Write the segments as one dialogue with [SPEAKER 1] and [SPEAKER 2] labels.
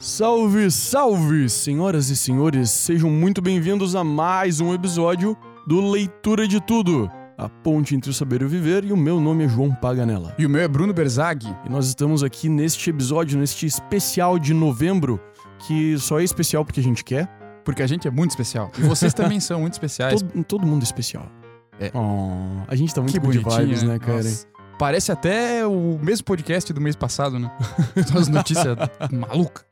[SPEAKER 1] Salve, salve, senhoras e senhores, sejam muito bem-vindos a mais um episódio do Leitura de Tudo, a ponte entre o saber e o viver, e o meu nome é João Paganella.
[SPEAKER 2] E o meu é Bruno Berzaghi.
[SPEAKER 1] E nós estamos aqui neste episódio, neste especial de novembro, que só é especial porque a gente quer.
[SPEAKER 2] Porque a gente é muito especial. E vocês também são muito especiais.
[SPEAKER 1] Todo, todo mundo é especial.
[SPEAKER 2] É.
[SPEAKER 1] Oh, a gente tá muito
[SPEAKER 2] que
[SPEAKER 1] good
[SPEAKER 2] bonitinho,
[SPEAKER 1] vibes, né, cara?
[SPEAKER 2] Nossa. Parece até o mesmo podcast do mês passado, né? As notícias malucas.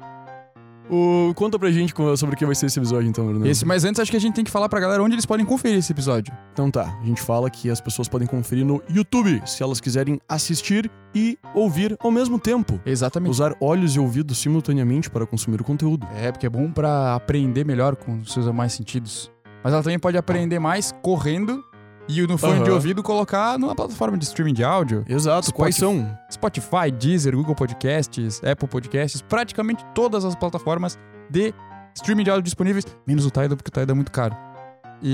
[SPEAKER 1] O- conta pra gente co- sobre o que vai ser esse episódio, então, Bruno.
[SPEAKER 2] Esse, mas antes acho que a gente tem que falar pra galera onde eles podem conferir esse episódio.
[SPEAKER 1] Então tá, a gente fala que as pessoas podem conferir no YouTube, se elas quiserem assistir e ouvir ao mesmo tempo.
[SPEAKER 2] Exatamente.
[SPEAKER 1] Usar olhos e ouvidos simultaneamente para consumir o conteúdo.
[SPEAKER 2] É, porque é bom pra aprender melhor com os seus mais sentidos. Mas ela também pode aprender mais correndo e no fone
[SPEAKER 1] Aham.
[SPEAKER 2] de ouvido colocar numa plataforma de streaming de áudio.
[SPEAKER 1] Exato, quais
[SPEAKER 2] Spotify.
[SPEAKER 1] são?
[SPEAKER 2] Spotify, Deezer, Google Podcasts, Apple Podcasts, praticamente todas as plataformas de streaming de áudio disponíveis, menos o Tidal, porque o Tidal é muito caro.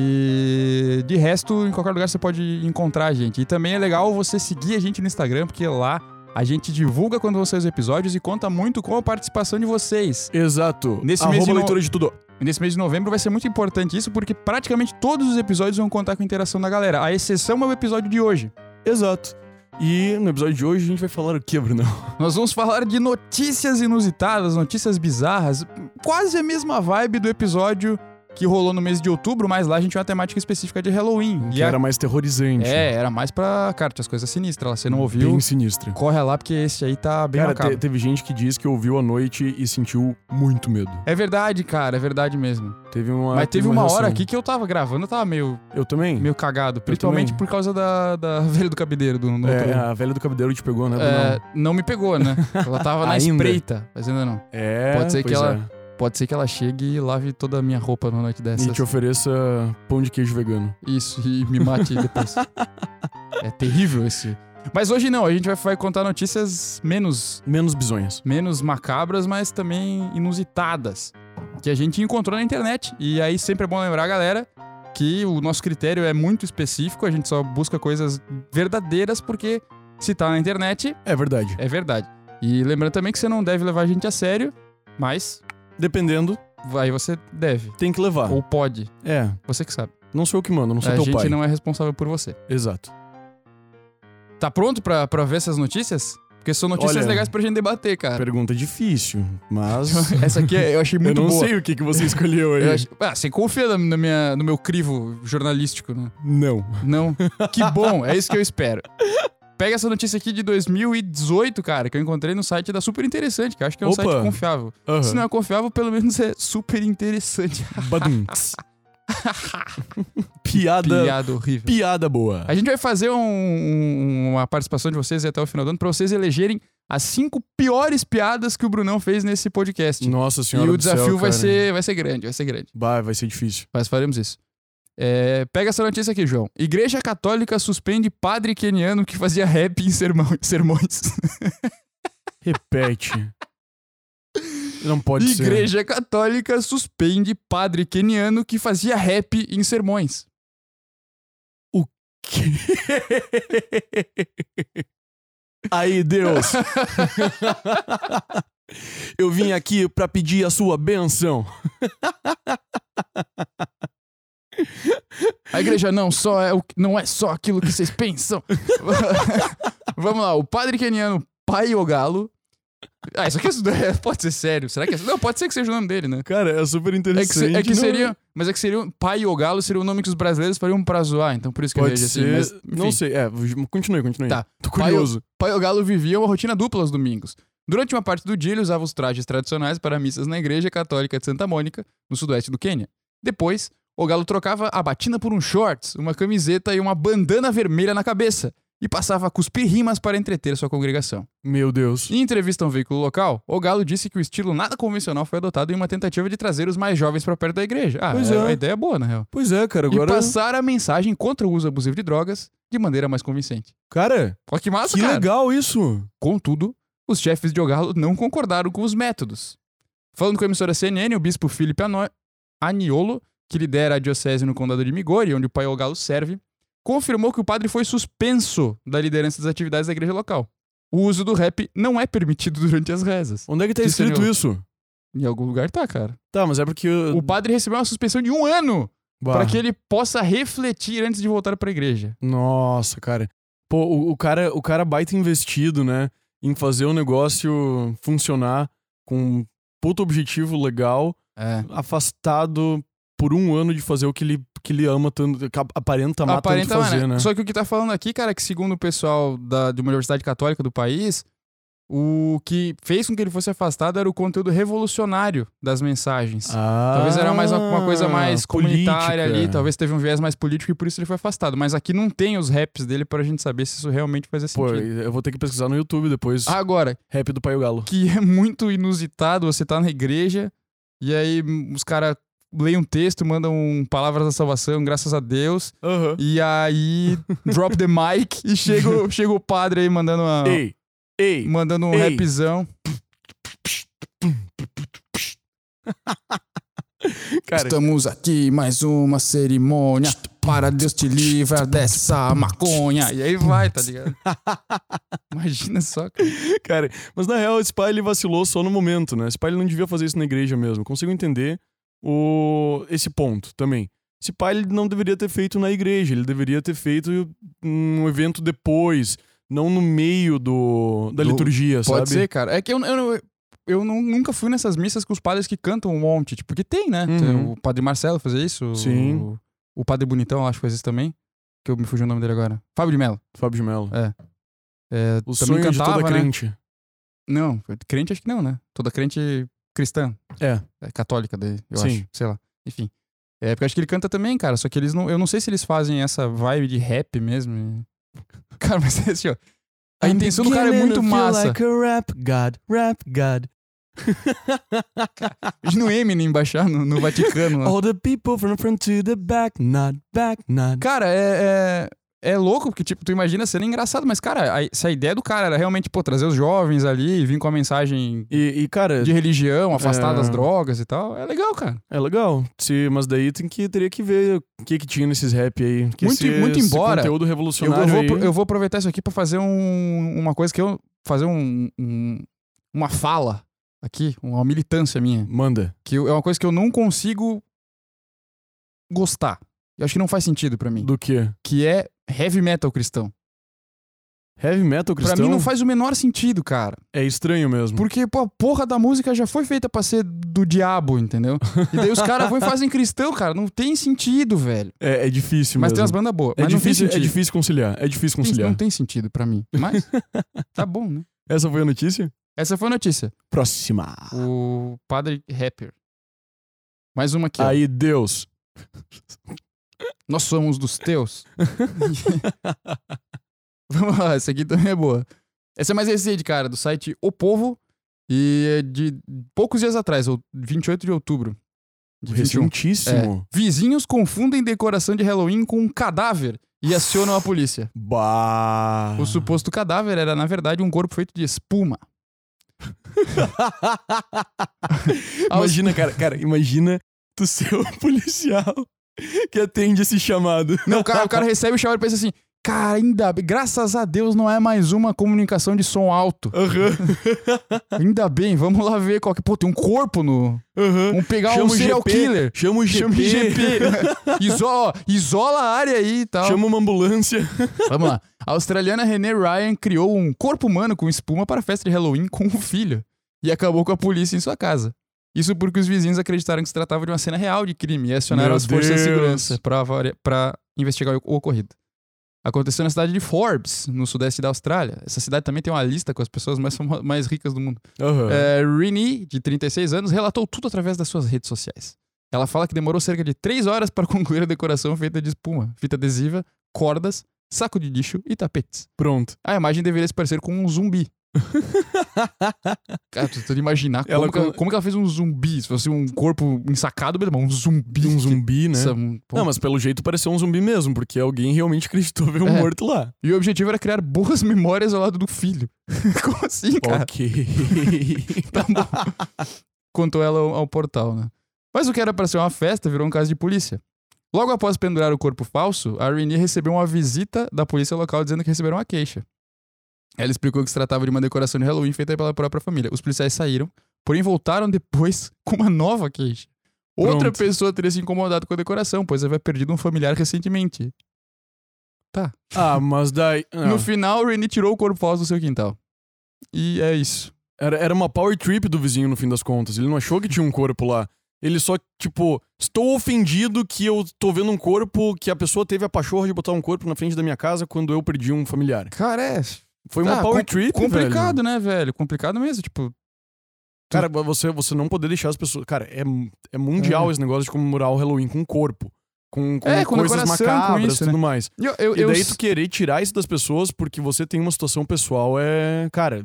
[SPEAKER 2] E de resto, em qualquer lugar você pode encontrar a gente. E também é legal você seguir a gente no Instagram, porque lá a gente divulga quando vão sair os episódios e conta muito com a participação de vocês.
[SPEAKER 1] Exato.
[SPEAKER 2] Nesse
[SPEAKER 1] Arroba
[SPEAKER 2] mês de no-
[SPEAKER 1] leitura de tudo.
[SPEAKER 2] E nesse mês de novembro vai ser muito importante isso, porque praticamente todos os episódios vão contar com a interação da galera. A exceção é o episódio de hoje.
[SPEAKER 1] Exato. E no episódio de hoje a gente vai falar o que, Bruno?
[SPEAKER 2] Nós vamos falar de notícias inusitadas, notícias bizarras, quase a mesma vibe do episódio que rolou no mês de outubro, mas lá a gente tinha uma temática específica de Halloween.
[SPEAKER 1] Que
[SPEAKER 2] a-
[SPEAKER 1] era mais terrorizante.
[SPEAKER 2] É, era mais pra, cara, tinha as coisas sinistras lá, você não ouviu,
[SPEAKER 1] Bem sinistra.
[SPEAKER 2] corre lá porque esse aí tá bem
[SPEAKER 1] Cara,
[SPEAKER 2] macabro.
[SPEAKER 1] te- teve gente que diz que ouviu à noite e sentiu muito medo.
[SPEAKER 2] É verdade, cara, é verdade mesmo.
[SPEAKER 1] Teve uma.
[SPEAKER 2] mas teve uma, hora
[SPEAKER 1] reação.
[SPEAKER 2] aqui que eu tava gravando, eu tava meio,
[SPEAKER 1] Eu também?
[SPEAKER 2] meio cagado, principalmente
[SPEAKER 1] também.
[SPEAKER 2] por causa da, da velha do cabideiro do, do
[SPEAKER 1] É,
[SPEAKER 2] outro-
[SPEAKER 1] a velha do cabideiro te pegou, né,
[SPEAKER 2] É,
[SPEAKER 1] Bruno?
[SPEAKER 2] não me pegou, né? Ela tava na
[SPEAKER 1] Ainda.
[SPEAKER 2] espreita, mas ainda não.
[SPEAKER 1] É,
[SPEAKER 2] pode ser que
[SPEAKER 1] pois
[SPEAKER 2] ela-
[SPEAKER 1] é.
[SPEAKER 2] Pode ser que ela chegue e lave toda a minha roupa na noite dessa.
[SPEAKER 1] E te ofereça pão de queijo vegano.
[SPEAKER 2] Isso, e me mate depois. é terrível esse. Mas hoje não, a gente vai, vai contar notícias menos,
[SPEAKER 1] Menos bisonhas.
[SPEAKER 2] menos macabras, mas também inusitadas. Que a gente encontrou na internet. E aí sempre é bom lembrar, galera, que o nosso critério é muito específico, a gente só busca coisas verdadeiras, porque se tá na internet,
[SPEAKER 1] É verdade.
[SPEAKER 2] é verdade. E lembrando também que você não deve levar a gente a sério, mas
[SPEAKER 1] Dependendo,
[SPEAKER 2] aí você deve.
[SPEAKER 1] tem que levar.
[SPEAKER 2] Ou pode,
[SPEAKER 1] É,
[SPEAKER 2] você que sabe.
[SPEAKER 1] não sou eu Ah. que mando, não sou
[SPEAKER 2] a
[SPEAKER 1] teu
[SPEAKER 2] gente
[SPEAKER 1] pai.
[SPEAKER 2] não é responsável por você.
[SPEAKER 1] Exato.
[SPEAKER 2] Tá pronto pra, pra ver essas notícias? Porque são notícias
[SPEAKER 1] Olha-
[SPEAKER 2] legais pra gente debater, cara.
[SPEAKER 1] Pergunta difícil, mas.
[SPEAKER 2] Essa aqui eu achei
[SPEAKER 1] eu
[SPEAKER 2] muito
[SPEAKER 1] não
[SPEAKER 2] boa.
[SPEAKER 1] sei o que, que você escolheu aí.
[SPEAKER 2] Eu achei- Ah, você confia na- na minha, no meu crivo jornalístico, né?
[SPEAKER 1] Não.
[SPEAKER 2] Não. Que bom, é isso que eu espero. Pega essa notícia aqui de 2018, cara, que eu encontrei no site da Super Interessante, que eu acho que é um
[SPEAKER 1] Opa.
[SPEAKER 2] site confiável. Se não é confiável, pelo menos é super interessante.
[SPEAKER 1] Badum. Piada.
[SPEAKER 2] Piada horrível.
[SPEAKER 1] Piada boa.
[SPEAKER 2] A gente vai fazer um- um- uma participação de vocês até o final do ano pra vocês elegerem as cinco piores piadas que o Brunão fez nesse podcast.
[SPEAKER 1] Nossa
[SPEAKER 2] E
[SPEAKER 1] senhora.
[SPEAKER 2] o
[SPEAKER 1] do céu,
[SPEAKER 2] desafio vai,
[SPEAKER 1] cara.
[SPEAKER 2] ser, vai ser grande, vai ser grande.
[SPEAKER 1] Vai, vai ser difícil.
[SPEAKER 2] Mas faremos isso. É, pega essa notícia aqui, João. Igreja Católica suspende padre keniano que fazia rap em sermão- sermões.
[SPEAKER 1] Repete. não pode ser.
[SPEAKER 2] Igreja Católica suspende padre keniano que fazia rap em sermões.
[SPEAKER 1] Aí, Deus. Eu vim aqui pra pedir a sua benção.
[SPEAKER 2] A igreja não só é o, não é só aquilo que vocês pensam. Vamos lá, o padre keniano Pai Ogalo. Ah, isso aqui é- pode ser sério. Será que é? Não, pode ser que seja o nome dele, né?
[SPEAKER 1] Cara, é super
[SPEAKER 2] É
[SPEAKER 1] interessante.
[SPEAKER 2] que, se- é que
[SPEAKER 1] não-
[SPEAKER 2] seria. Mas é que seria. Pai Ogalo seria o nome que os brasileiros fariam pra zoar. Então por isso que eu
[SPEAKER 1] Pode
[SPEAKER 2] vejo assim.
[SPEAKER 1] ser.
[SPEAKER 2] Mas,
[SPEAKER 1] não
[SPEAKER 2] enfim.
[SPEAKER 1] sei. É, v- continue, continue.
[SPEAKER 2] Tá.
[SPEAKER 1] Tô curioso.
[SPEAKER 2] Pai Ogalo vivia uma rotina dupla aos domingos. Durante uma parte do dia, ele usava os trajes tradicionais para missas na Igreja Católica de Santa Mônica, no sudoeste do Quênia. Depois, o galo trocava a batina por um shorts, uma camiseta e uma bandana vermelha na cabeça, e passava a cuspir rimas para entreter sua congregação.
[SPEAKER 1] Meu Deus.
[SPEAKER 2] Em entrevista a um veículo local, o galo disse que o estilo nada convencional foi adotado em uma tentativa de trazer os mais jovens para perto da igreja. Ah,
[SPEAKER 1] Pois
[SPEAKER 2] é,
[SPEAKER 1] é.
[SPEAKER 2] a ideia é boa, na real.
[SPEAKER 1] Pois é, cara.
[SPEAKER 2] E
[SPEAKER 1] Agora.
[SPEAKER 2] passar a mensagem contra o uso abusivo de drogas de maneira mais convincente.
[SPEAKER 1] Cara,
[SPEAKER 2] Ó, que massa,
[SPEAKER 1] que
[SPEAKER 2] cara!
[SPEAKER 1] legal isso.
[SPEAKER 2] Contudo, os chefes de Ogalo não concordaram com os métodos. Falando com a emissora CNN, o bispo Felipe Ano- Aniolo que lidera a diocese no condado de Migori, onde o Paio Galo serve, confirmou que o padre foi suspenso da liderança das atividades da igreja local. O uso do rap não é permitido durante as rezas.
[SPEAKER 1] Onde é que tá
[SPEAKER 2] Sim,
[SPEAKER 1] escrito
[SPEAKER 2] senhor.
[SPEAKER 1] isso?
[SPEAKER 2] Em algum lugar tá, cara.
[SPEAKER 1] Tá, mas é porque.
[SPEAKER 2] O padre recebeu uma suspensão de um ano
[SPEAKER 1] Bah.
[SPEAKER 2] para que ele possa refletir antes de voltar para a igreja.
[SPEAKER 1] Nossa, cara. Pô, o, o cara, o cara baita investido, né? Em fazer o negócio funcionar com um puto objetivo legal,
[SPEAKER 2] É.
[SPEAKER 1] afastado por um ano de fazer o que ele, que ele ama tanto, que ap- aparenta amar
[SPEAKER 2] Aparenta,
[SPEAKER 1] tanto fazer,
[SPEAKER 2] mano,
[SPEAKER 1] né?
[SPEAKER 2] Só que o que tá falando aqui, cara, é que segundo o pessoal da, de uma universidade católica do país, o que fez com que ele fosse afastado era o conteúdo revolucionário das mensagens.
[SPEAKER 1] Ah,
[SPEAKER 2] Talvez era mais uma, uma coisa mais comunitária
[SPEAKER 1] política.
[SPEAKER 2] ali, talvez teve um viés mais político e por isso ele foi afastado. Mas aqui não tem os raps dele pra gente saber se isso realmente faz
[SPEAKER 1] Pô,
[SPEAKER 2] sentido. Ah.
[SPEAKER 1] eu vou ter que pesquisar no YouTube depois.
[SPEAKER 2] Agora,
[SPEAKER 1] Rap do Paio Galo.
[SPEAKER 2] que é muito inusitado, você tá na igreja e aí hum, os caras leem um texto, mandam um palavras da salvação, graças a Deus,
[SPEAKER 1] Aham.
[SPEAKER 2] e aí drop the mic e chega, o- chega o padre aí mandando uma,
[SPEAKER 1] Ei, ei.
[SPEAKER 2] mandando um
[SPEAKER 1] ei.
[SPEAKER 2] rapzão.
[SPEAKER 1] Cara,
[SPEAKER 2] Estamos aqui mais uma cerimônia para Deus te livrar dessa maconha. E aí vai, tá ligado? Imagina só, cara.
[SPEAKER 1] Cara, mas na real, esse pai ele vacilou só no momento, né? Esse pai ele não devia fazer isso na igreja mesmo. Consigo entender o... esse ponto também. Esse pai ele não deveria ter feito na igreja, ele deveria ter feito um evento depois, não no meio do... da
[SPEAKER 2] Do-
[SPEAKER 1] liturgia,
[SPEAKER 2] Pode
[SPEAKER 1] sabe?
[SPEAKER 2] ser, cara. É que eu, eu, não- eu não- nunca fui nessas missas com os padres que cantam um monte. Tipo, porque tem, né?
[SPEAKER 1] Uhum.
[SPEAKER 2] Tem o padre Marcelo fazia isso.
[SPEAKER 1] Sim.
[SPEAKER 2] O, o padre Bonitão, eu acho que faz isso também. Que eu me fugiu o nome dele agora. Fábio de Mello.
[SPEAKER 1] Fábio de Mello.
[SPEAKER 2] É,
[SPEAKER 1] O sonho
[SPEAKER 2] também cantava,
[SPEAKER 1] de toda
[SPEAKER 2] né?
[SPEAKER 1] crente.
[SPEAKER 2] Não, crente acho que não, né? Toda crente cristã.
[SPEAKER 1] É.
[SPEAKER 2] É, católica, daí, eu
[SPEAKER 1] Sim.
[SPEAKER 2] acho. Sei lá. Enfim. É, porque eu acho que ele canta também, cara. Só que eles não. Eu não sei se eles fazem essa vibe de rap mesmo. e- Cara, mas é assim, ó. A intenção do cara é muito massa.
[SPEAKER 1] Like a rap god, rap god.
[SPEAKER 2] Imagina o Eminem baixar no, no Vaticano lá.
[SPEAKER 1] All the people from front to the back, not back, not.
[SPEAKER 2] Cara, é, é, é louco, porque, tipo, tu imagina sendo engraçado, mas, cara, a- se a ideia do cara era realmente, pô, trazer os jovens ali e vir com a mensagem
[SPEAKER 1] E, e, cara,
[SPEAKER 2] de religião, afastar
[SPEAKER 1] É.
[SPEAKER 2] das drogas e tal, é legal, cara.
[SPEAKER 1] É legal, se, mas daí tem que, teria que ver o que, que tinha nesses rap aí. Que
[SPEAKER 2] Muito-
[SPEAKER 1] esse-
[SPEAKER 2] muito
[SPEAKER 1] esse
[SPEAKER 2] embora,
[SPEAKER 1] conteúdo
[SPEAKER 2] Eu,
[SPEAKER 1] revolucionário
[SPEAKER 2] eu vou,
[SPEAKER 1] aí-
[SPEAKER 2] pro- eu vou aproveitar isso aqui pra fazer um- uma coisa que eu. fazer um, um- uma fala aqui, uma militância minha,
[SPEAKER 1] Manda.
[SPEAKER 2] que eu- é uma coisa que eu não consigo gostar. Eu acho que não faz sentido pra mim.
[SPEAKER 1] Do quê?
[SPEAKER 2] Que é heavy metal cristão.
[SPEAKER 1] Heavy metal
[SPEAKER 2] Pra
[SPEAKER 1] cristão?
[SPEAKER 2] mim não faz o menor sentido, cara.
[SPEAKER 1] É estranho mesmo.
[SPEAKER 2] Porque, pô, a porra da música já foi feita pra ser do diabo, entendeu? E daí os caras vão e fazem cristão, cara. Não tem sentido, velho.
[SPEAKER 1] É, é difícil
[SPEAKER 2] Mas tem umas
[SPEAKER 1] mesmo.
[SPEAKER 2] bandas boas.
[SPEAKER 1] é,
[SPEAKER 2] mas
[SPEAKER 1] difícil,
[SPEAKER 2] não
[SPEAKER 1] é
[SPEAKER 2] tem sentido.
[SPEAKER 1] difícil conciliar, é difícil conciliar.
[SPEAKER 2] Não tem sentido pra mim. Mas tá bom, né?
[SPEAKER 1] Essa foi a notícia?
[SPEAKER 2] Essa foi a notícia.
[SPEAKER 1] Próxima.
[SPEAKER 2] O padre rapper. Mais uma aqui. ó.
[SPEAKER 1] Aí, Deus.
[SPEAKER 2] Nós somos dos teus. Vamos lá, essa aqui também é boa. Essa é mais recente, cara, do site O Povo. E é de poucos dias atrás, ou- 28 de outubro. De 21. É.
[SPEAKER 1] Recentíssimo.
[SPEAKER 2] Vizinhos confundem decoração de Halloween com um cadáver e acionam a polícia.
[SPEAKER 1] Bah.
[SPEAKER 2] O suposto cadáver era, na verdade, um corpo feito de espuma.
[SPEAKER 1] imagina, cara, cara, imagina tu ser o policial que atende esse chamado.
[SPEAKER 2] Não, o cara, o cara recebe o chamado e pensa assim: cara, ainda bem, graças a Deus não é mais uma comunicação de som alto.
[SPEAKER 1] Aham,
[SPEAKER 2] Ainda bem, vamos lá ver qual que. Pô, tem um corpo no.
[SPEAKER 1] aham.
[SPEAKER 2] Vamos pegar um
[SPEAKER 1] Chama o
[SPEAKER 2] serial
[SPEAKER 1] GP,
[SPEAKER 2] killer.
[SPEAKER 1] Chama o GP.
[SPEAKER 2] Chama o GP. isola, isola a área aí e tal.
[SPEAKER 1] Chama uma ambulância.
[SPEAKER 2] Vamos lá. A australiana Renee Ryan criou um corpo humano com espuma para a festa de Halloween com o filho e acabou com a polícia em sua casa. Isso porque os vizinhos acreditaram que se tratava de uma cena real de crime e acionaram
[SPEAKER 1] Meu
[SPEAKER 2] as forças de
[SPEAKER 1] Deus.
[SPEAKER 2] segurança para avari- para investigar o o ocorrido. Aconteceu na cidade de Forbes, no sudeste da Austrália. Essa cidade também tem uma lista com as pessoas mais, famo- mais ricas do mundo. É, Rini, de 36 anos, relatou tudo através das suas redes sociais. Ela fala que demorou cerca de 3 horas para concluir a decoração feita de espuma, fita adesiva, cordas, saco de lixo e tapetes.
[SPEAKER 1] Pronto.
[SPEAKER 2] A imagem deveria se parecer com um zumbi. Cara, tô tentando imaginar como,
[SPEAKER 1] Ela
[SPEAKER 2] que, ela-
[SPEAKER 1] com-
[SPEAKER 2] como que ela fez um zumbi. Se fosse um corpo ensacado, meu irmão, um zumbi.
[SPEAKER 1] Um zumbi, né?
[SPEAKER 2] Essa- um-
[SPEAKER 1] Não, mas pelo jeito pareceu um zumbi mesmo, porque alguém realmente acreditou ver um
[SPEAKER 2] É.
[SPEAKER 1] morto lá.
[SPEAKER 2] E o objetivo era criar boas memórias ao lado do filho. como assim, cara?
[SPEAKER 1] Ok.
[SPEAKER 2] Tá bom. Contou ela ao, ao portal, né? Mas o que era para ser uma festa virou um caso de polícia. Logo após pendurar o corpo falso, a Renee recebeu uma visita da polícia local dizendo que receberam uma queixa. Ela explicou que se tratava de uma decoração de Halloween feita pela própria família. Os policiais saíram, porém voltaram depois com uma nova queixa. Outra
[SPEAKER 1] Pronto.
[SPEAKER 2] pessoa teria se incomodado com a decoração, pois havia perdido um familiar recentemente.
[SPEAKER 1] Ah, mas daí.
[SPEAKER 2] No
[SPEAKER 1] ah,
[SPEAKER 2] final, Renee tirou o corpo falso do seu quintal. E é isso.
[SPEAKER 1] era, era uma power trip do vizinho no fim das contas. Ele não achou que tinha um corpo lá. Ele só, tipo, estou ofendido que eu tô vendo um corpo que a pessoa teve a pachorra de botar um corpo na frente da minha casa quando eu perdi um familiar.
[SPEAKER 2] Cara, é.
[SPEAKER 1] Foi uma
[SPEAKER 2] Ah,
[SPEAKER 1] power
[SPEAKER 2] com-
[SPEAKER 1] trip,
[SPEAKER 2] Complicado, né, velho? Complicado mesmo. Tipo,
[SPEAKER 1] Cara, você, você não poder deixar as pessoas. Cara, é, é mundial esse negócio de comemorar o Halloween com corpo. Com, com
[SPEAKER 2] É, com
[SPEAKER 1] coisas
[SPEAKER 2] decoração, com
[SPEAKER 1] macabras e
[SPEAKER 2] isso,
[SPEAKER 1] tudo mais.
[SPEAKER 2] eu, eu,
[SPEAKER 1] E
[SPEAKER 2] eu,
[SPEAKER 1] daí tu querer tirar isso das pessoas porque você tem uma situação pessoal é. Cara,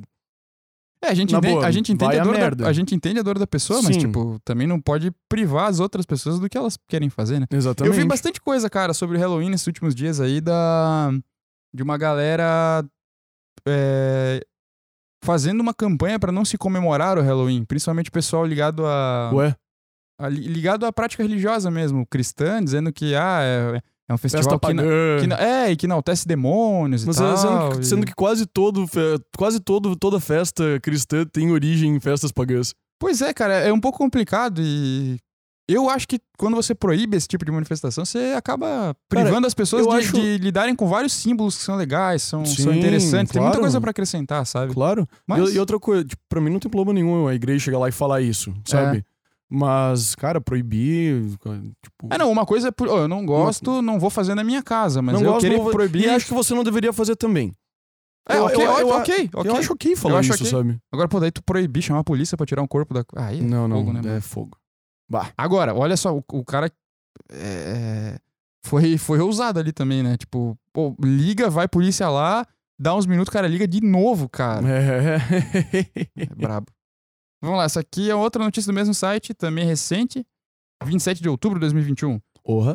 [SPEAKER 2] é, a gente
[SPEAKER 1] na
[SPEAKER 2] entende,
[SPEAKER 1] boa,
[SPEAKER 2] a gente entende
[SPEAKER 1] vai
[SPEAKER 2] a
[SPEAKER 1] a
[SPEAKER 2] dor da,
[SPEAKER 1] merda.
[SPEAKER 2] a gente entende a dor da pessoa, mas
[SPEAKER 1] Sim.
[SPEAKER 2] tipo, também não pode privar as outras pessoas do que elas querem fazer, né?
[SPEAKER 1] exatamente.
[SPEAKER 2] Eu vi bastante coisa, cara, sobre o Halloween nesses últimos dias aí da de uma galera é, fazendo uma campanha pra não se comemorar o Halloween, principalmente o pessoal ligado a
[SPEAKER 1] Ué,
[SPEAKER 2] a- ligado à prática religiosa mesmo, cristã, dizendo que ah, é, é um festival
[SPEAKER 1] festa
[SPEAKER 2] que na-
[SPEAKER 1] pagã.
[SPEAKER 2] Que na- é, e que enaltece demônios
[SPEAKER 1] Mas é,
[SPEAKER 2] e tal.
[SPEAKER 1] sendo,
[SPEAKER 2] e-
[SPEAKER 1] que, sendo que quase todo, fe- quase todo, toda festa cristã tem origem em festas pagãs.
[SPEAKER 2] Pois é, cara, é um pouco complicado e... Eu acho que quando você proíbe esse tipo de manifestação, você acaba privando as pessoas
[SPEAKER 1] eu
[SPEAKER 2] de,
[SPEAKER 1] acho-
[SPEAKER 2] de lidarem com vários símbolos que são legais, são, são
[SPEAKER 1] Sim,
[SPEAKER 2] interessantes. Tem muita
[SPEAKER 1] claro.
[SPEAKER 2] coisa pra acrescentar, sabe?
[SPEAKER 1] Claro.
[SPEAKER 2] Mas
[SPEAKER 1] E, e outra coisa, tipo, pra mim não tem problema nenhum a igreja chegar lá e falar isso,
[SPEAKER 2] É.
[SPEAKER 1] sabe? Mas, cara, proibir. Tipo,
[SPEAKER 2] é, não, uma coisa é, pro- ó, eu não gosto, não vou fazer na minha casa, mas
[SPEAKER 1] Não
[SPEAKER 2] eu
[SPEAKER 1] gosto,
[SPEAKER 2] querer
[SPEAKER 1] não vou-
[SPEAKER 2] proibir.
[SPEAKER 1] E acho que você não deveria fazer também.
[SPEAKER 2] É,
[SPEAKER 1] eu-
[SPEAKER 2] ok,
[SPEAKER 1] eu- eu-
[SPEAKER 2] ok, ok.
[SPEAKER 1] Eu acho ok falar
[SPEAKER 2] acho
[SPEAKER 1] isso,
[SPEAKER 2] ok.
[SPEAKER 1] sabe?
[SPEAKER 2] Agora, pô, daí tu proibir, chamar a polícia pra tirar um corpo da. Ah, Aí, é
[SPEAKER 1] Não, não.
[SPEAKER 2] fogo, né, mano?
[SPEAKER 1] é fogo.
[SPEAKER 2] Agora, olha só, o, o cara é, foi, foi ousado ali também, né? Tipo, pô, liga, vai polícia lá, dá uns minutos, o cara liga de novo,
[SPEAKER 1] Ah.
[SPEAKER 2] cara.
[SPEAKER 1] É.
[SPEAKER 2] É brabo. Vamos lá, essa aqui é outra notícia do mesmo site, também recente, 27 de outubro de 2021.
[SPEAKER 1] Porra.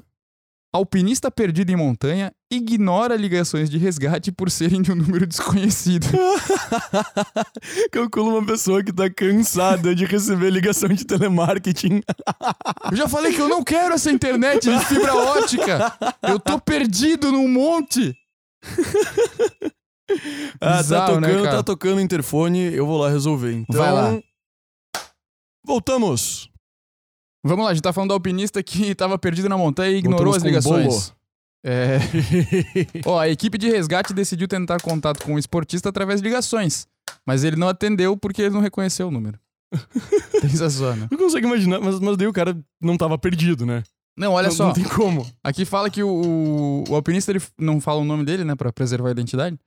[SPEAKER 2] Alpinista perdido em montanha ignora ligações de resgate por serem de um número desconhecido.
[SPEAKER 1] Calcula uma pessoa que tá cansada de receber ligação de telemarketing.
[SPEAKER 2] Eu já falei que eu não quero essa internet de fibra ótica. Eu tô perdido num monte.
[SPEAKER 1] Ah,
[SPEAKER 2] Bizarro,
[SPEAKER 1] tá
[SPEAKER 2] né,
[SPEAKER 1] tocando,
[SPEAKER 2] cara?
[SPEAKER 1] tá tocando o interfone, eu vou lá resolver. Então,
[SPEAKER 2] Vai lá.
[SPEAKER 1] Voltamos.
[SPEAKER 2] Vamos lá, a gente tá falando do alpinista que tava perdido na montanha e ignorou
[SPEAKER 1] Voltamos
[SPEAKER 2] as
[SPEAKER 1] com o
[SPEAKER 2] ligações. É. Ó, a equipe de resgate decidiu tentar contato com o esportista através de ligações, mas ele não atendeu porque ele não reconheceu o número. Pensa só, né?
[SPEAKER 1] Não consegue imaginar, mas, mas daí o cara não tava perdido, né?
[SPEAKER 2] Não, olha
[SPEAKER 1] não,
[SPEAKER 2] só.
[SPEAKER 1] Não tem como.
[SPEAKER 2] Aqui fala que o, o, o alpinista ele f- não fala o nome dele, né, Pra preservar a identidade.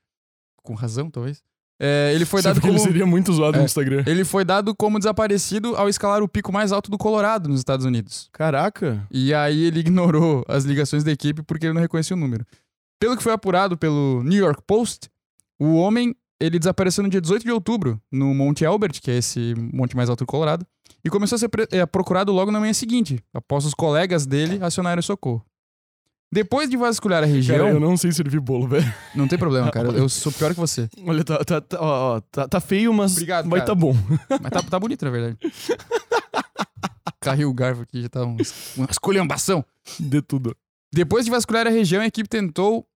[SPEAKER 2] Com razão, talvez. É, ele foi
[SPEAKER 1] Sim,
[SPEAKER 2] dado
[SPEAKER 1] porque
[SPEAKER 2] como
[SPEAKER 1] ele seria muito zoado
[SPEAKER 2] É.
[SPEAKER 1] no Instagram.
[SPEAKER 2] ele foi dado como desaparecido ao escalar o pico mais alto do Colorado nos Estados Unidos.
[SPEAKER 1] Caraca.
[SPEAKER 2] E aí ele ignorou as ligações da equipe porque ele não reconhecia o número. Pelo que foi apurado pelo New York Post, o homem ele desapareceu no dia 18 de outubro no Monte Albert, que é esse monte mais alto do Colorado, e começou a ser pre- eh, procurado logo na manhã seguinte, após os colegas dele acionarem o socorro. Depois de vasculhar a região,
[SPEAKER 1] Cara, eu não sei servir bolo, velho.
[SPEAKER 2] não tem problema, cara. Eu sou pior que você.
[SPEAKER 1] Olha, tá, tá, tá, ó, ó, tá, tá feio, mas
[SPEAKER 2] Obrigado,
[SPEAKER 1] vai
[SPEAKER 2] cara.
[SPEAKER 1] tá bom.
[SPEAKER 2] Mas tá, tá bonito, na verdade. Carrei o garfo aqui, já tá um, uma esculhambação.
[SPEAKER 1] De tudo.
[SPEAKER 2] Depois de vasculhar a região, a equipe tentou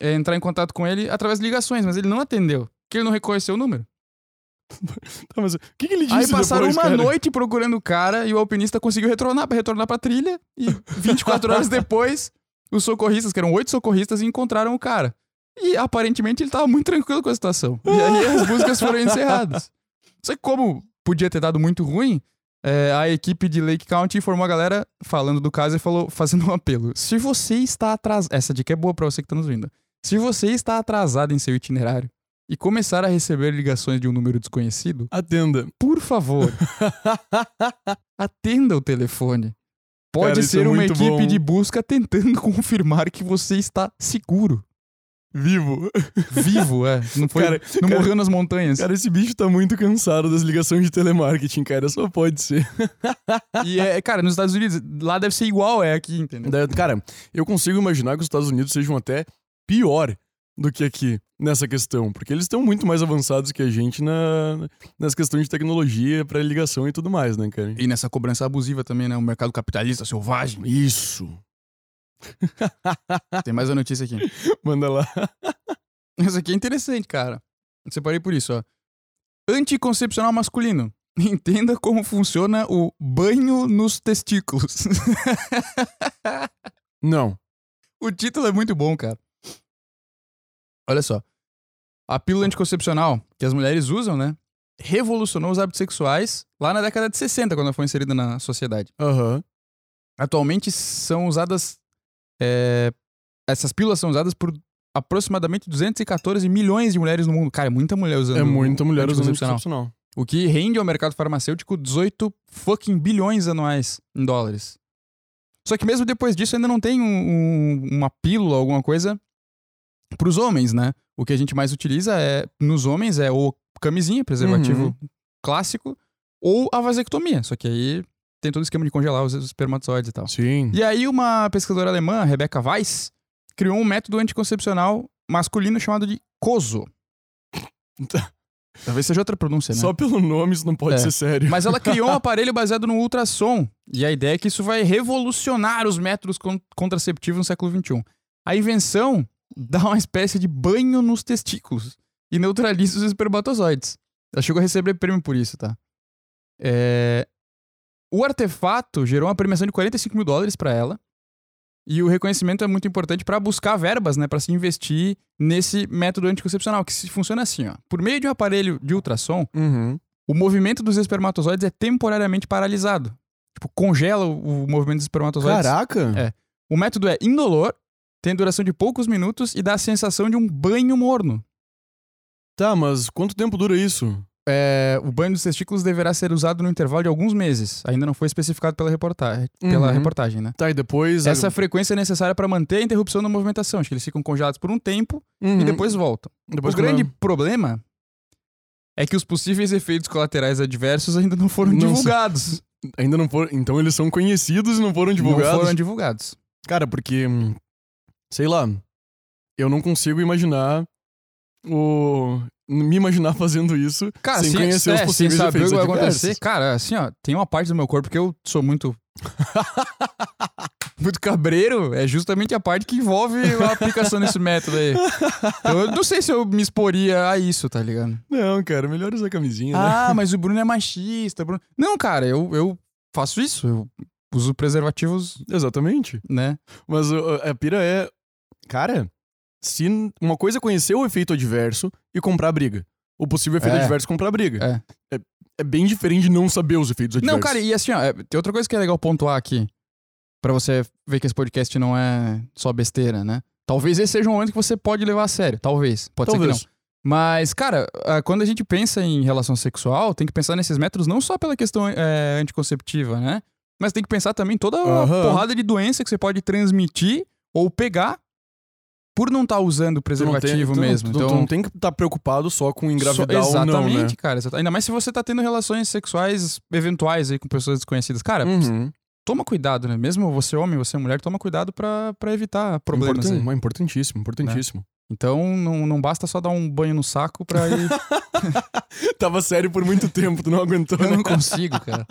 [SPEAKER 2] é, entrar em contato com ele através de ligações, mas ele não atendeu, porque ele não reconheceu o número.
[SPEAKER 1] Tá, mas o que, que ele disse
[SPEAKER 2] Aí passaram
[SPEAKER 1] depois,
[SPEAKER 2] uma
[SPEAKER 1] cara?
[SPEAKER 2] noite procurando o cara e o alpinista conseguiu retornar, retornar pra trilha. E 24 horas depois, os socorristas, que eram oito socorristas, encontraram o cara. E aparentemente ele tava muito tranquilo com a situação. E aí as buscas foram encerradas. Só que como podia ter dado muito ruim, é, a equipe de Lake County informou a galera falando do caso e falou, fazendo um apelo. Se você está atrasado. Essa dica é boa pra você que tá nos ouvindo. Se você está atrasado em seu itinerário e começar a receber ligações de um número desconhecido,
[SPEAKER 1] Atenda.
[SPEAKER 2] por favor, atenda o telefone. Pode
[SPEAKER 1] Cara, isso
[SPEAKER 2] ser
[SPEAKER 1] é
[SPEAKER 2] uma
[SPEAKER 1] muito
[SPEAKER 2] equipe
[SPEAKER 1] bom.
[SPEAKER 2] de busca tentando confirmar que você está seguro,
[SPEAKER 1] Vivo.
[SPEAKER 2] vivo, é. Não, foi,
[SPEAKER 1] Cara,
[SPEAKER 2] não
[SPEAKER 1] cara-
[SPEAKER 2] morreu nas montanhas.
[SPEAKER 1] Cara, esse bicho tá muito cansado das ligações de telemarketing, cara. Só pode ser.
[SPEAKER 2] E é, cara, nos Estados Unidos, lá deve ser igual é aqui, entendeu?
[SPEAKER 1] Daí, Cara, eu consigo imaginar que os Estados Unidos sejam até pior. do que aqui nessa questão, porque eles estão muito mais avançados que a gente na, nessa questão de tecnologia para ligação e tudo mais, né, cara?
[SPEAKER 2] E nessa cobrança abusiva também, né? O mercado capitalista selvagem.
[SPEAKER 1] Isso.
[SPEAKER 2] Tem mais uma notícia aqui.
[SPEAKER 1] Manda lá.
[SPEAKER 2] Isso aqui é interessante, cara. Eu Separei por isso, ó. Anticoncepcional masculino. Entenda como funciona o banho nos testículos.
[SPEAKER 1] Não.
[SPEAKER 2] O título é muito bom, cara. Olha só. A pílula anticoncepcional que as mulheres usam, né? Revolucionou os hábitos sexuais lá na década de 60, quando ela foi inserida na sociedade.
[SPEAKER 1] Aham.
[SPEAKER 2] Atualmente são usadas. é, essas pílulas são usadas por aproximadamente 214 milhões de mulheres no mundo. Cara, é muita mulher usando.
[SPEAKER 1] É muita mulher usando
[SPEAKER 2] anticoncepcional.
[SPEAKER 1] anticoncepcional.
[SPEAKER 2] O que rende ao mercado farmacêutico 18 fucking bilhões anuais em dólares. Só que mesmo depois disso ainda não tem um- um- uma pílula, alguma coisa para os homens, né? O que a gente mais utiliza é nos homens é ou camisinha, preservativo clássico, ou a vasectomia. Só que aí tem todo o esquema de congelar os espermatozoides e tal.
[SPEAKER 1] Sim.
[SPEAKER 2] E aí uma pesquisadora alemã, Rebecca Weiss, criou um método anticoncepcional masculino chamado de COSO. Talvez seja outra pronúncia, né?
[SPEAKER 1] Só pelo nome isso não pode
[SPEAKER 2] É.
[SPEAKER 1] ser sério.
[SPEAKER 2] Mas ela criou um aparelho baseado no ultrassom. E a ideia é que isso vai revolucionar os métodos con- contraceptivos no século XXI. A invenção dá uma espécie de banho nos testículos e neutraliza os espermatozoides. Ela chegou a receber prêmio por isso, tá? É, O artefato gerou uma premiação de 45 mil dólares pra ela. E o reconhecimento é muito importante pra buscar verbas, né? Pra se investir nesse método anticoncepcional, que se- funciona assim, ó. Por meio de um aparelho de ultrassom,
[SPEAKER 1] Uhum.
[SPEAKER 2] o movimento dos espermatozoides é temporariamente paralisado. Tipo, congela o, o movimento dos espermatozoides.
[SPEAKER 1] Caraca.
[SPEAKER 2] É. O método é indolor, tem duração de poucos minutos e dá a sensação de um banho morno.
[SPEAKER 1] Tá, mas quanto tempo dura isso?
[SPEAKER 2] É, o banho dos testículos deverá ser usado no intervalo de alguns meses. Ainda não foi especificado pela, reporta pela
[SPEAKER 1] Uhum.
[SPEAKER 2] reportagem, né?
[SPEAKER 1] Tá, e depois. a-
[SPEAKER 2] Essa frequência é necessária para manter a interrupção da movimentação. Acho que eles ficam congelados por um tempo
[SPEAKER 1] Uhum.
[SPEAKER 2] e depois voltam.
[SPEAKER 1] Depois
[SPEAKER 2] o
[SPEAKER 1] quando
[SPEAKER 2] grande
[SPEAKER 1] eu-
[SPEAKER 2] problema é que os possíveis efeitos colaterais adversos ainda não foram
[SPEAKER 1] Não se-
[SPEAKER 2] divulgados.
[SPEAKER 1] Ainda não foram. Então eles são conhecidos e não foram divulgados.
[SPEAKER 2] Não foram divulgados.
[SPEAKER 1] Cara, porque. hum, Sei lá. Eu não consigo imaginar o. Me imaginar fazendo isso
[SPEAKER 2] Cara,
[SPEAKER 1] sem
[SPEAKER 2] sem,
[SPEAKER 1] conhecer os
[SPEAKER 2] é, sem
[SPEAKER 1] possíveis
[SPEAKER 2] saber o que
[SPEAKER 1] efeitos
[SPEAKER 2] vai
[SPEAKER 1] adversos.
[SPEAKER 2] acontecer, cara, assim, ó, tem uma parte do meu corpo que eu sou muito. muito cabreiro, é justamente a parte que envolve a aplicação desse método aí. Então, eu não sei se eu me exporia a isso, tá ligado?
[SPEAKER 1] Não, cara, melhor usar camisinha, né?
[SPEAKER 2] Ah, mas o Bruno é machista. Bruno... Não, cara, eu, eu faço isso. Eu uso preservativos,
[SPEAKER 1] Exatamente.
[SPEAKER 2] né?
[SPEAKER 1] Mas ó, a pira é. Cara, se n- uma coisa é conhecer o efeito adverso e comprar briga. O possível efeito
[SPEAKER 2] É.
[SPEAKER 1] adverso é comprar briga. É. é bem diferente de não saber os efeitos adversos.
[SPEAKER 2] Não, cara, e assim, ó, é, tem outra coisa que é legal pontuar aqui. Pra você ver que esse podcast não é só besteira, né? Talvez esse seja um momento que você pode levar a sério. Talvez. Pode ser que não.
[SPEAKER 1] Talvez.
[SPEAKER 2] Mas, cara, ah, quando a gente pensa em relação sexual, tem que pensar nesses métodos não só pela questão eh, anticonceptiva, né? Mas tem que pensar também toda a
[SPEAKER 1] Aham.
[SPEAKER 2] porrada de doença que você pode transmitir ou pegar por não estar
[SPEAKER 1] Tu
[SPEAKER 2] usando
[SPEAKER 1] não tem-
[SPEAKER 2] preservativo
[SPEAKER 1] tu não-
[SPEAKER 2] mesmo.
[SPEAKER 1] tu não- tu
[SPEAKER 2] então,
[SPEAKER 1] não tem que estar preocupado só com engravidar
[SPEAKER 2] só-
[SPEAKER 1] ou não, né?
[SPEAKER 2] Exatamente, cara. exata- Ainda mais se você tá tendo relações sexuais eventuais aí com pessoas desconhecidas. Cara, é
[SPEAKER 1] Uhum.
[SPEAKER 2] toma cuidado, né? Mesmo você homem, você mulher, toma cuidado pra pra
[SPEAKER 1] É
[SPEAKER 2] evitar problemas. aí.
[SPEAKER 1] Importan- Importantíssimo, importantíssimo.
[SPEAKER 2] Então, não, não basta só dar um banho no saco pra ir
[SPEAKER 1] Tava sério por muito tempo, tu não aguentou,
[SPEAKER 2] Né? Eu
[SPEAKER 1] né?
[SPEAKER 2] não consigo, cara.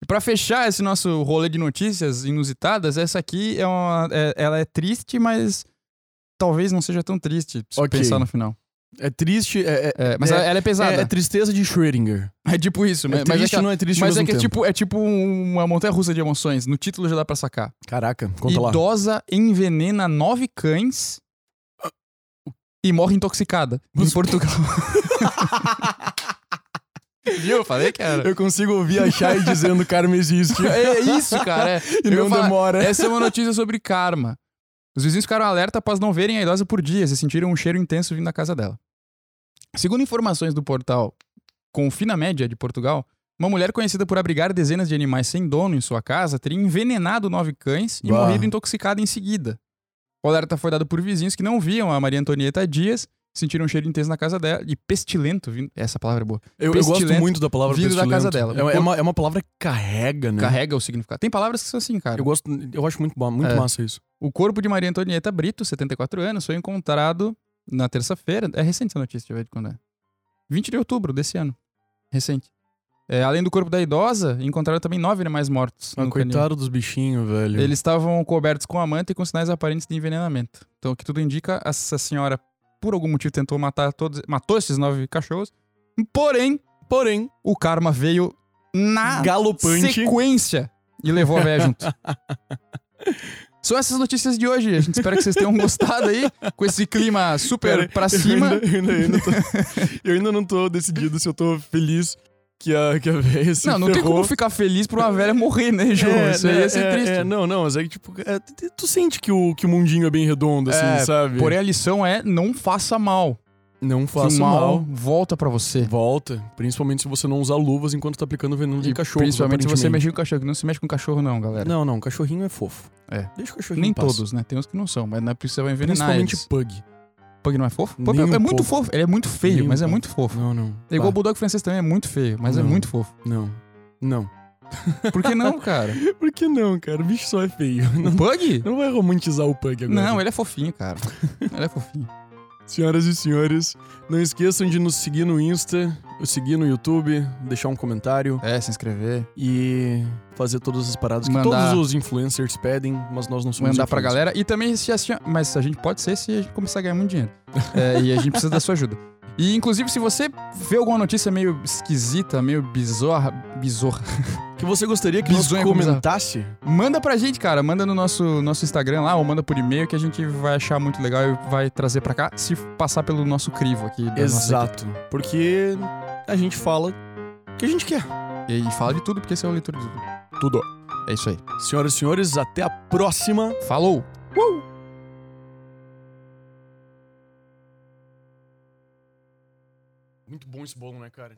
[SPEAKER 2] E pra fechar esse nosso rolê de notícias inusitadas, essa aqui é uma. é- ela é triste, mas talvez não seja tão triste se
[SPEAKER 1] Ok.
[SPEAKER 2] pensar no final.
[SPEAKER 1] É triste, é, é-
[SPEAKER 2] É, mas
[SPEAKER 1] É-
[SPEAKER 2] ela, ela é pesada.
[SPEAKER 1] é-
[SPEAKER 2] É,
[SPEAKER 1] é tristeza de Schrödinger.
[SPEAKER 2] tipo isso, mas,
[SPEAKER 1] é
[SPEAKER 2] mas é
[SPEAKER 1] triste,
[SPEAKER 2] que,
[SPEAKER 1] não é triste ao
[SPEAKER 2] mas é,
[SPEAKER 1] mesmo
[SPEAKER 2] que é
[SPEAKER 1] tempo.
[SPEAKER 2] tipo, é tipo uma montanha russa de emoções. No título já dá pra sacar.
[SPEAKER 1] Caraca, conta lá.
[SPEAKER 2] Idosa envenena nove cães e morre intoxicada em
[SPEAKER 1] Mas-
[SPEAKER 2] Portugal. Viu? Eu falei que era.
[SPEAKER 1] Eu consigo ouvir a Chay dizendo karma existe
[SPEAKER 2] É isso, cara. é.
[SPEAKER 1] e
[SPEAKER 2] Eu ia
[SPEAKER 1] não
[SPEAKER 2] falar,
[SPEAKER 1] demora.
[SPEAKER 2] Essa é uma notícia sobre karma. Os vizinhos ficaram alerta após não verem a idosa por dias e sentiram um cheiro intenso vindo da casa dela. Segundo informações do portal Confina Média de Portugal, uma mulher conhecida por abrigar dezenas de animais sem dono em sua casa teria envenenado nove cães e
[SPEAKER 1] Bah.
[SPEAKER 2] morrido intoxicada em seguida. O alerta foi dado por vizinhos que não viam a Maria Antonieta há dias, sentiram um cheiro intenso na casa dela e pestilento vindo. Essa palavra é boa.
[SPEAKER 1] Eu, eu gosto
[SPEAKER 2] pestilento
[SPEAKER 1] muito da palavra
[SPEAKER 2] vindo da
[SPEAKER 1] pestilento.
[SPEAKER 2] casa dela.
[SPEAKER 1] É, é uma, é uma palavra que carrega, né?
[SPEAKER 2] Carrega o significado. Tem palavras que são assim, cara.
[SPEAKER 1] Eu gosto, eu acho muito bom, muito
[SPEAKER 2] É.
[SPEAKER 1] massa isso.
[SPEAKER 2] O corpo de Maria Antonieta Brito, 74 anos, foi encontrado na terça-feira. É recente essa notícia, deixa eu ver de quando é. 20 de outubro desse ano. Recente. É, além do corpo da idosa, encontraram também nove animais mortos.
[SPEAKER 1] Ah,
[SPEAKER 2] no canil.
[SPEAKER 1] coitado dos bichinhos, velho.
[SPEAKER 2] Eles estavam cobertos com a manta e com sinais aparentes de envenenamento. Então, o que tudo indica, essa senhora, por algum motivo, tentou matar todos. Matou esses nove cachorros. Porém,
[SPEAKER 1] Porém,
[SPEAKER 2] o karma veio na
[SPEAKER 1] galopante.
[SPEAKER 2] sequência e levou a véia junto. São essas notícias de hoje. A gente espera que vocês tenham gostado aí, com esse clima
[SPEAKER 1] Pera aí,
[SPEAKER 2] super pra cima.
[SPEAKER 1] Eu ainda, eu ainda- eu ainda tô- eu ainda não tô decidido se eu tô feliz que a, que a véia se
[SPEAKER 2] Não, não tem
[SPEAKER 1] ferrou.
[SPEAKER 2] como ficar feliz por uma velha morrer, né, João? Isso aí ia ser
[SPEAKER 1] é,
[SPEAKER 2] triste.
[SPEAKER 1] é, não, não, mas é que tipo, é, tu- tu sente que o, que o mundinho é bem redondo, assim,
[SPEAKER 2] É,
[SPEAKER 1] sabe?
[SPEAKER 2] Porém, a lição é não faça mal.
[SPEAKER 1] não
[SPEAKER 2] Que
[SPEAKER 1] faça
[SPEAKER 2] o mal,
[SPEAKER 1] mal.
[SPEAKER 2] volta pra você.
[SPEAKER 1] Volta, principalmente se você não usar luvas enquanto tá aplicando veneno de
[SPEAKER 2] E
[SPEAKER 1] cachorro.
[SPEAKER 2] Principalmente se você mexer com cachorro. que Não se mexe com cachorro, não, galera.
[SPEAKER 1] Não, não, cachorrinho é fofo.
[SPEAKER 2] É.
[SPEAKER 1] Deixa o cachorrinho
[SPEAKER 2] Nem
[SPEAKER 1] em paz.
[SPEAKER 2] todos, né? Tem uns que não são, mas não é porque você vai envenenar
[SPEAKER 1] Principalmente
[SPEAKER 2] eles.
[SPEAKER 1] pug.
[SPEAKER 2] Pug não é fofo? Pug
[SPEAKER 1] Nem
[SPEAKER 2] é
[SPEAKER 1] um
[SPEAKER 2] muito
[SPEAKER 1] pouco.
[SPEAKER 2] fofo. Ele é muito feio,
[SPEAKER 1] Nem um
[SPEAKER 2] mas é
[SPEAKER 1] pouco.
[SPEAKER 2] muito fofo.
[SPEAKER 1] Não, não.
[SPEAKER 2] É igual o
[SPEAKER 1] Bah,
[SPEAKER 2] bulldog francês também, é muito feio, mas é
[SPEAKER 1] Tá. Não.
[SPEAKER 2] muito fofo.
[SPEAKER 1] Não. Não.
[SPEAKER 2] Por que não, cara?
[SPEAKER 1] Por que não, cara? O bicho só é feio.
[SPEAKER 2] O
[SPEAKER 1] Não,
[SPEAKER 2] Pug?
[SPEAKER 1] não vai romantizar o pug agora.
[SPEAKER 2] Não, ele é fofinho, cara. Ele é fofinho.
[SPEAKER 1] Senhoras e senhores, não esqueçam de nos seguir no Insta, seguir no YouTube, deixar um comentário
[SPEAKER 2] É, se inscrever,
[SPEAKER 1] e fazer todas as paradas que
[SPEAKER 2] Mandar-
[SPEAKER 1] todos os influencers pedem, mas nós não somos
[SPEAKER 2] mandar pra
[SPEAKER 1] influencers.
[SPEAKER 2] galera. E também, se assim, mas a gente pode ser se a gente começar a ganhar muito dinheiro. É, e a gente precisa da sua ajuda. E, inclusive, se você vê alguma notícia meio esquisita, meio bizorra, bizorra,
[SPEAKER 1] Que você gostaria que nós
[SPEAKER 2] Bizonho,
[SPEAKER 1] comentasse?
[SPEAKER 2] manda pra gente, cara. Manda no nosso, nosso Instagram lá ou manda por e-mail que a gente vai achar muito legal e vai trazer pra cá, se passar pelo nosso crivo aqui. da nossa
[SPEAKER 1] Exato. Porque a gente fala o que a gente quer.
[SPEAKER 2] equipe. E fala de tudo, porque esse é o leitor de tudo.
[SPEAKER 1] Tudo.
[SPEAKER 2] É isso aí.
[SPEAKER 1] Senhoras e senhores, até a próxima.
[SPEAKER 2] Falou!
[SPEAKER 1] Uh! Muito bom esse bolo, né, cara?